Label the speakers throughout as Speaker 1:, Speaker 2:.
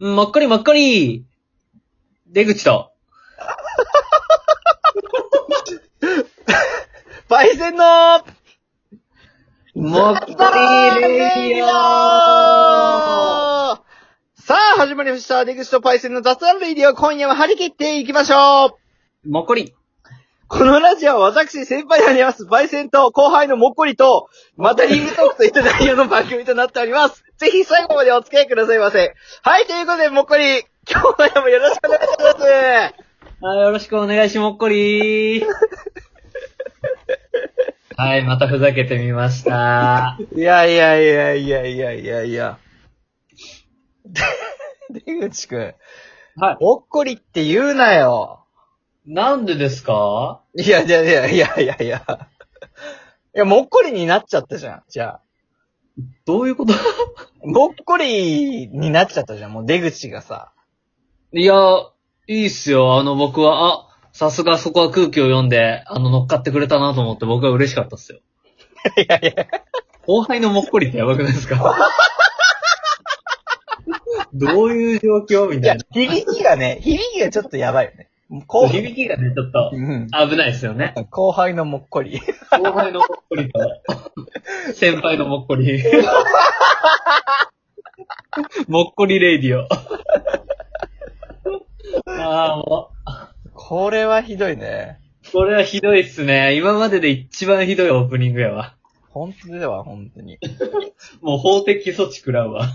Speaker 1: 真っ赤り真っ赤り出口と。
Speaker 2: パイセンの
Speaker 1: もっこりレイ
Speaker 2: よ
Speaker 1: よ
Speaker 2: ーさあ、始まりました。出口とパイセンの雑談レイディオ、今夜は張り切っていきましょう
Speaker 1: もっこり。
Speaker 2: このラジオは私、先輩であります、パイセンと後輩のもっこりと、またリングトークといった内容の番組となっております。ぜひ最後までお付き合いくださいませ。はい、ということで、もっこり、今日もよろしくお願いします。
Speaker 1: あよろしくお願いしもっこり。はい、またふざけてみました。
Speaker 2: いやいやいやいやいやいやいや。出口くん、
Speaker 1: は
Speaker 2: もっこりって言うなよ。
Speaker 1: い。なんでですか
Speaker 2: いやいやいやいやいやいや。いや、もっこりになっちゃったじゃん。じゃあ。
Speaker 1: どういうこと
Speaker 2: もっこりになっちゃったじゃん。もう出口がさ。
Speaker 1: いや、いいっすよ。あの、僕は、あ、さすがそこは空気を読んで、あの、乗っかってくれたなと思って僕は嬉しかったっすよ。
Speaker 2: いやいや。
Speaker 1: 後輩のもっこりってやばくないですか どういう状況み
Speaker 2: い
Speaker 1: た
Speaker 2: や
Speaker 1: いな。、
Speaker 2: 響きがね、響きがちょっとやばいよね。後輩。
Speaker 1: 響きがね、ちょっと
Speaker 2: うん。
Speaker 1: 危ないですよね。
Speaker 2: 後輩のもっこり。
Speaker 1: 後輩のもっこり と、先輩のもっこり。もっこりレイディオ。ああ、も
Speaker 2: これはひどいね。
Speaker 1: う、これはひどいっすね。今までで一番ひどいオープニングやわ。
Speaker 2: 本当では、本当に。
Speaker 1: もう法的措置食らうわ。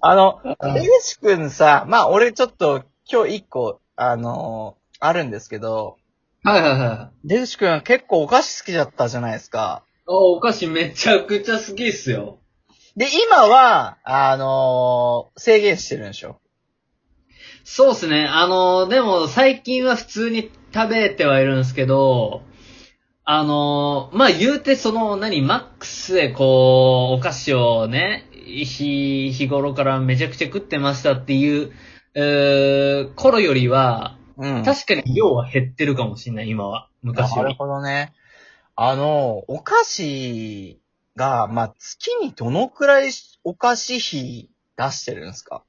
Speaker 2: あの、
Speaker 1: うん
Speaker 2: 出口くんさ、まあ俺ちょっと今日一個、あのーあるんですけど、
Speaker 1: はいはいはい。
Speaker 2: 出口くん結構お菓子好きだったじゃないですか。
Speaker 1: おお菓子めちゃくちゃ好きっすよ。
Speaker 2: で、今は、あのー制限してるんでしょ
Speaker 1: そうっすね。あの、でも最近は普通に食べてはいるんですけど、あの、まあ、言うてその、何、マックスでこう、お菓子をね、日、日頃からめちゃくちゃ食ってましたっていう、えー、頃よりは、
Speaker 2: うん。
Speaker 1: 確かに量は減ってるかもしれない、今は。昔
Speaker 2: な
Speaker 1: よ
Speaker 2: る
Speaker 1: り。
Speaker 2: ほどね。あの、お菓子が、まあ、月にどのくらいお菓子費出してるんですか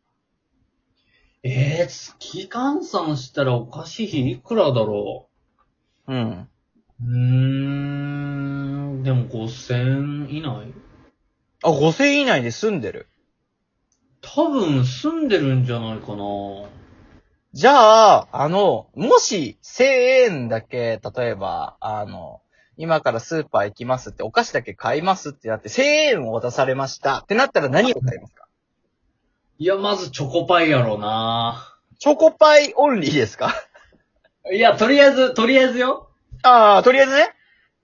Speaker 1: えー、月換算したらお菓子費いくらだろ
Speaker 2: うん。
Speaker 1: ううーん、でも5000以内
Speaker 2: あ、5000以内で済んでる。
Speaker 1: 多分住んでるんじゃないかな。
Speaker 2: じゃあ、あの、もし、1000円だけ、例えば、あの、今からスーパー行きますって、お菓子だけ買いますってなって、1000円を渡されましたってなったら何を買いますか
Speaker 1: いや、まずチョコパイやろうな。
Speaker 2: チョコパイオンリーですか
Speaker 1: いや、とりあえず、とりあえずよ。
Speaker 2: ああ、とりあえずね。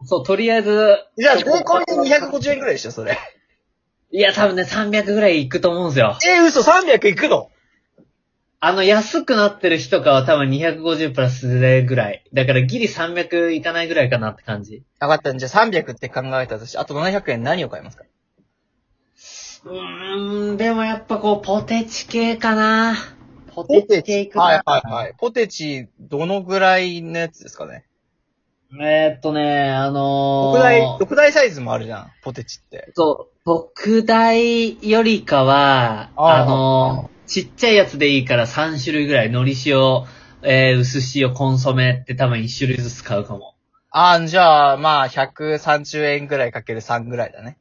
Speaker 1: そう、とりあえず。
Speaker 2: じゃあ、税込みで250円くらいでしょ、それ。
Speaker 1: いや、多分ね、300ぐらいいくと思うんですよ。
Speaker 2: えー、嘘、300いくの
Speaker 1: あの、安くなってる日とかは多分250プラスでぐらい。だからギリ300いかないぐらいかなって感じ。
Speaker 2: 分かった。じゃあ300って考えたとして、あと700円何を買いますか
Speaker 1: うーん、でもやっぱこう、ポテチ系かな。ポいくな
Speaker 2: はいはいはい。ポテチ、どのぐらいのやつですかね
Speaker 1: えーっとね、あのー、
Speaker 2: 特大、特大サイズもあるじゃん、ポテチって。
Speaker 1: そう、特大よりかは、
Speaker 2: あ
Speaker 1: あ
Speaker 2: ー
Speaker 1: のー、ちっちゃいやつでいいから3種類ぐらい、海苔塩、えー、薄塩、コンソメって多分1種類ずつ買うかも。
Speaker 2: あーじゃあ、まあ、130円ぐらいかける3ぐらいだね。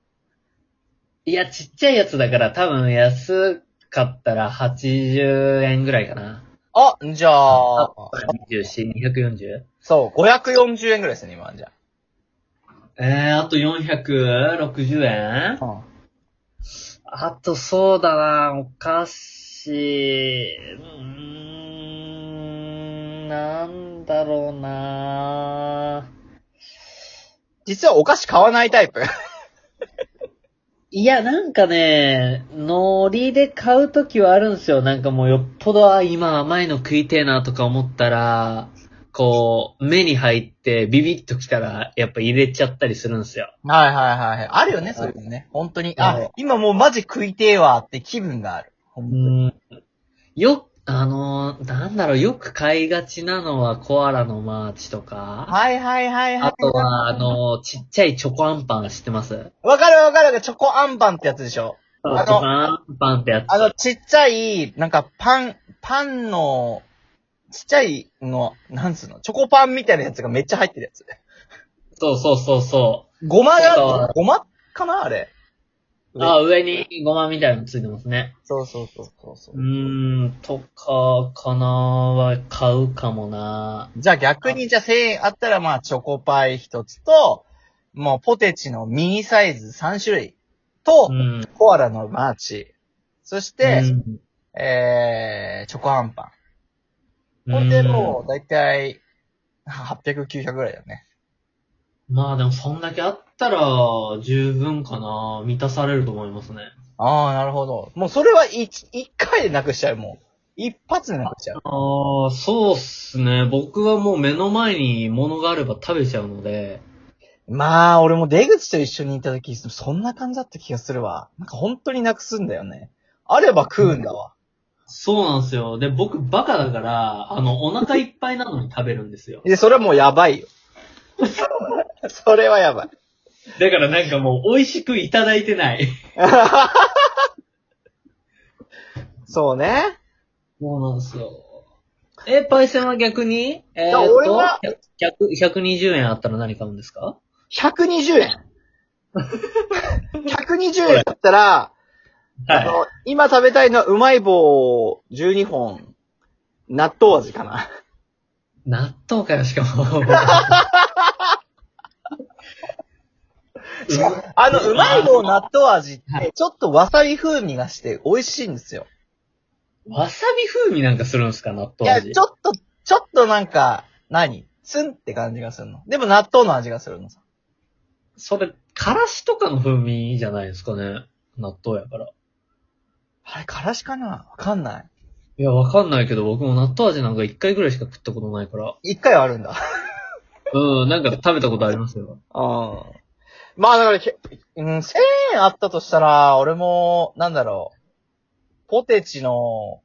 Speaker 1: いや、ちっちゃいやつだから多分安かったら80円ぐらいかな。
Speaker 2: あ、じゃあ、
Speaker 1: 24、240?
Speaker 2: そう、540円ぐらいですね、今、じゃ
Speaker 1: えー、あと460円
Speaker 2: あ。
Speaker 1: あとそうだな、お菓子、うーん、なんだろうな
Speaker 2: 実はお菓子買わないタイプ。
Speaker 1: いや、なんかね、海苔で買うときはあるんですよ。なんかもうよっぽど、あ、今甘いの食いてえなとか思ったら、こう、目に入ってビビッときたら、やっぱ入れちゃったりするんですよ。
Speaker 2: はいはいはいはい。あるよね、そういうのね。本当に。
Speaker 1: うん
Speaker 2: あ、今もうマジ食いてえわって気分がある。本当に
Speaker 1: よ、あのー、なんだろう、よく買いがちなのはコアラのマーチとか、
Speaker 2: はいはいはいはい。
Speaker 1: あとは、あのー、ちっちゃいチョコアンパン知ってます
Speaker 2: わかるわかる。チョコアンパンってやつでしょ。あの
Speaker 1: パンパンってやつ。
Speaker 2: あの、ちっちゃい、なんかパン、パンの、ちっちゃいの、なんつうの、チョコパンみたいなやつがめっちゃ入ってるやつ。
Speaker 1: そうそうそうそ
Speaker 2: ごま
Speaker 1: そ
Speaker 2: が
Speaker 1: う、
Speaker 2: ごまかなあれ。
Speaker 1: う。あ、上にごまみたいなのついてますね。
Speaker 2: そうそうそうそうそう
Speaker 1: うーん、とか、かなは買うかもな
Speaker 2: じゃあ逆に、じゃあ1000円あったら、まあ、チョコパイ一つと、もうポテチのミニサイズ3種類と、
Speaker 1: うん。
Speaker 2: コアラのマーチ。そして、
Speaker 1: うん、
Speaker 2: えー、チョコアンパン。これでもう、だいたい、800、900ぐらいだよね。
Speaker 1: うんまあでもそんだけあったら、十分かな満たされると思いますね。
Speaker 2: ああ、なるほど。もうそれは一、一回でなくしちゃう、もう。一発でなくしちゃう。
Speaker 1: ああ、そうっすね。僕はもう目の前に物があれば食べちゃうので、
Speaker 2: まあ、俺も出口と一緒にいた時、そんな感じだった気がするわ。なんか本当になくすんだよね。あれば食うんだわ。
Speaker 1: そうなんですよ。で、僕バカだから、あの、お腹いっぱいなのに食べるんですよ。
Speaker 2: で、それはもうやばいよ。 それはやばい。
Speaker 1: だからなんかもう美味しくいただいてない。
Speaker 2: そうね。
Speaker 1: そうなんですよ。え、パイセンは逆にえー、
Speaker 2: や俺は
Speaker 1: と、100 120円あったら何買うんですか
Speaker 2: 120円。120円だったら、あ
Speaker 1: は
Speaker 2: の、今食べたいのはうまい棒12本、納豆味かな。
Speaker 1: い。納豆かよ、しかも。うま
Speaker 2: あの、うまい棒納豆味って、ちょっとわさび風味がして美味しいんですよ。
Speaker 1: わさび風味なんかするんですか納
Speaker 2: い
Speaker 1: 豆
Speaker 2: や、
Speaker 1: 味。
Speaker 2: ちょっと、ちょっとなんか、何ツンって感じがするの。でも納豆の味がするのさ。
Speaker 1: それ、からしとかの風味じゃないですかね。納豆やから。
Speaker 2: あれ、からしかなわかんない。
Speaker 1: いや、わかんないけど、僕も納豆味なんか一回ぐらいしか食ったことないから。
Speaker 2: 一回はあるんだ。
Speaker 1: うん、なんか食べたことありますよ。
Speaker 2: うん。まあだからひ、うん、1000円あったとしたら、俺も、なんだろう。ポテチの、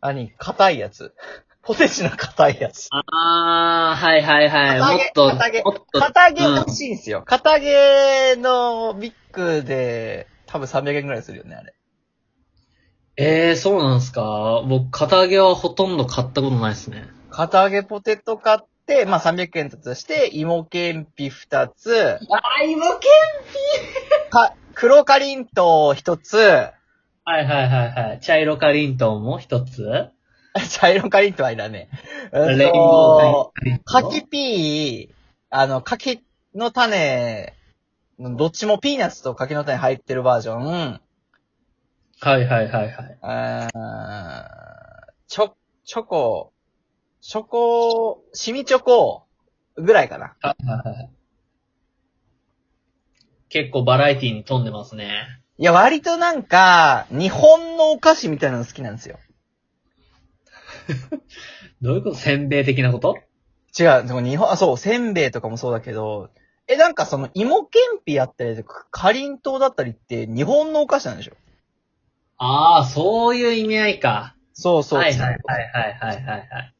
Speaker 2: 何硬いやつ。 ポテチの硬いやつ。
Speaker 1: あー、はいはいはい。もっと、
Speaker 2: 片毛
Speaker 1: もっと、
Speaker 2: 片毛欲しいんですよ。片毛のビッグで、多分300円くらいするよね、あれ。
Speaker 1: えー、そうなんすか僕、片揚げはほとんど買ったことないですね。
Speaker 2: 片揚げポテト買って、まあ300円だとして、芋けんぴ2つ、
Speaker 1: あー、芋系
Speaker 2: か、黒かりんとう1つ、
Speaker 1: はいはいはいはい。茶色かりんとうも一つ
Speaker 2: 茶色かりんとうはいらねえ。うんと
Speaker 1: レインボーかりんとう
Speaker 2: 柿ピー、あの、柿の種、どっちもピーナッツと柿の種入ってるバージョン、
Speaker 1: はいはいはいはい。
Speaker 2: うーんチョ、チョコ、チョコ、シミチョコぐらいかな。
Speaker 1: はいはいはい。結構バラエティに富んでますね。
Speaker 2: いや、割となんか、日本のお菓子みたいなの好きなんですよ。
Speaker 1: どういうことせんべい的なこと
Speaker 2: 違う、でも日本、あ、そう、せんべいとかもそうだけど、え、なんかその、芋けんぴやったりとか、かりんとうだったりって、日本のお菓子なんでしょ
Speaker 1: ああ、そういう意味合いか。
Speaker 2: そうそう。
Speaker 1: はいはいはいはいはいはいはい。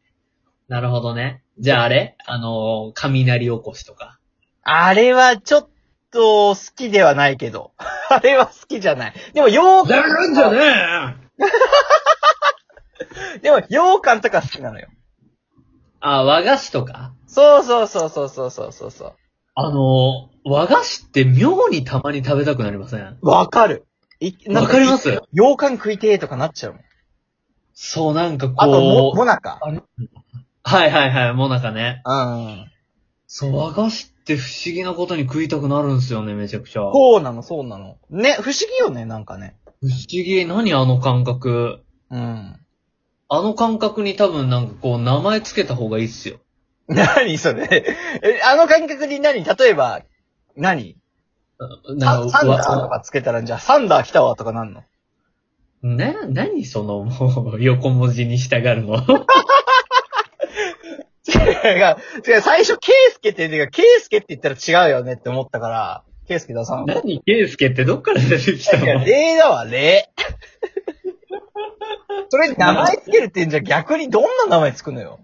Speaker 1: なるほどね。じゃああれあのー、雷おこしとか。
Speaker 2: あれはちょっと好きではないけど。 あれは好きじゃない。でも、羊
Speaker 1: な
Speaker 2: 羹、
Speaker 1: るんじゃねえ
Speaker 2: でも、羊羹とか好きなのよ。
Speaker 1: あー、和菓子とか
Speaker 2: そうそうそうそうそうそうそうそ
Speaker 1: あのー、和菓子って妙にたまに食べたくなりません
Speaker 2: う。わかる。いなん
Speaker 1: わかりますす
Speaker 2: 羊羹食いてーとかなっちゃうもん。
Speaker 1: そう、なんかこう。
Speaker 2: あとも、もなか。
Speaker 1: はいはいはい、もなかね。
Speaker 2: うん。
Speaker 1: そう、和菓子って不思議なことに食いたくなるんですよね、めちゃくちゃ。不思
Speaker 2: そうなの、そうなの。ね、不思議よね、なんかね。
Speaker 1: 議、何あの感覚。
Speaker 2: うん。
Speaker 1: あの感覚に多分なんかこう、名前つけた方がいいっすよ。
Speaker 2: 何それ。え、あの感覚に何例えば、何
Speaker 1: な
Speaker 2: サ
Speaker 1: ん
Speaker 2: サンダーと
Speaker 1: わ
Speaker 2: かつけたら、じゃあ、サンダー来たわとかなんの
Speaker 1: な、なにその、もう、横文字に従うの。
Speaker 2: 違う、違う、最初、ケイスケって言ってたけど、ケイスケって言ったら違うよねって思ったから、ケイスケ出さなかっ
Speaker 1: 何、ケイスケってどっから出てき
Speaker 2: た。
Speaker 1: た
Speaker 2: いや、
Speaker 1: の
Speaker 2: 礼だわ、 礼。それ、名前つけるって言うんじゃ逆にどんな名前つくのよ。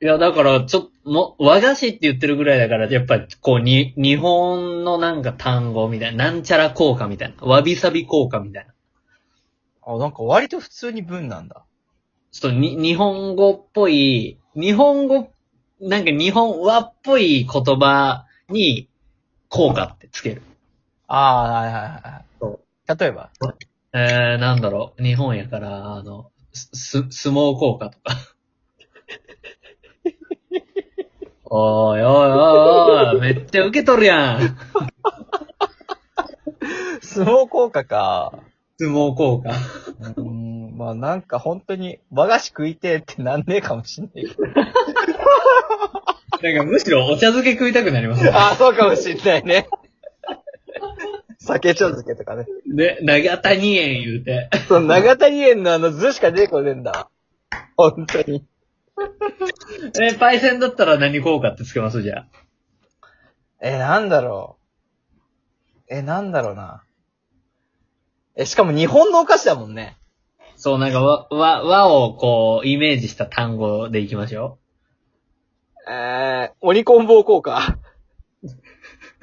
Speaker 1: いや、だから、ちょっと、も、和菓子って言ってるぐらいだから、やっぱ、こう、に、日本のなんか単語みたいな、なんちゃら効果みたいな、わびさび効果みたいな。
Speaker 2: あ、なんか割と普通に文なんだ。
Speaker 1: ちょっとに、日本語っぽい、日本語、なんか日本和っぽい言葉に、効果ってつける。
Speaker 2: ああ、はいはいはい。
Speaker 1: そう
Speaker 2: 例えば。
Speaker 1: えー、なんだろう、日本やから、あの、す、す相撲効果とか。おいおいおいおい、めっちゃ受け取るやん。
Speaker 2: 相撲効果か。
Speaker 1: 相撲効果。
Speaker 2: うーん、まあなんか本当に和菓子食いてえってなんねえかもしんないけど。
Speaker 1: なんかむしろお茶漬け食いたくなりますね。
Speaker 2: あ、そうかもしんないね。酒茶漬けとかね。
Speaker 1: ね、長谷園言うて。
Speaker 2: その長谷園のあの図しか出てこねえんだ。本当に。
Speaker 1: え、パイセンだったら何効果ってつけますじゃあ。
Speaker 2: え、なんだろう。え、なんだろうな。え、しかも日本のお菓子だもんね。
Speaker 1: そう、なんか和、和、和をこう、イメージした単語でいきましょ
Speaker 2: えー、鬼コンボ効果。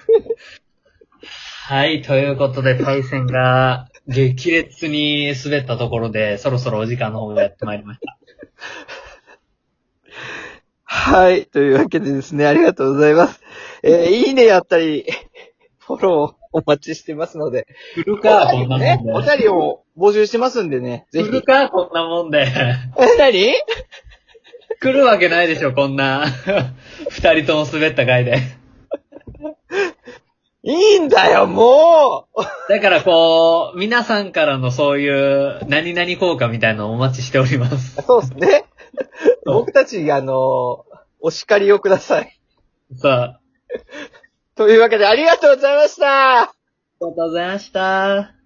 Speaker 1: う。はい、ということで、パイセンが激烈に滑ったところで、そろそろお時間の方がやってまいりました。
Speaker 2: はい。というわけでですね、ありがとうございます。えー、いいねやったり、フォローお待ちしてますので。
Speaker 1: 振るか、こ
Speaker 2: お便り
Speaker 1: んな
Speaker 2: もね、
Speaker 1: も
Speaker 2: お
Speaker 1: んで。
Speaker 2: 便りを募集してますんでね、ぜ
Speaker 1: 振
Speaker 2: ひ。
Speaker 1: るか、こんなもんで。
Speaker 2: え、なに
Speaker 1: 来るわけないでしょ、こんな。 二人とも滑った回で。
Speaker 2: いいんだよ、もう
Speaker 1: だからこう、皆さんからのそういう、何々効果みたいなのをお待ちしております。
Speaker 2: そうですね。
Speaker 1: そう
Speaker 2: 僕たちが、あのーお叱りをください。
Speaker 1: さあ、あ
Speaker 2: というわけで、ありがとうございました
Speaker 1: りがとうございました。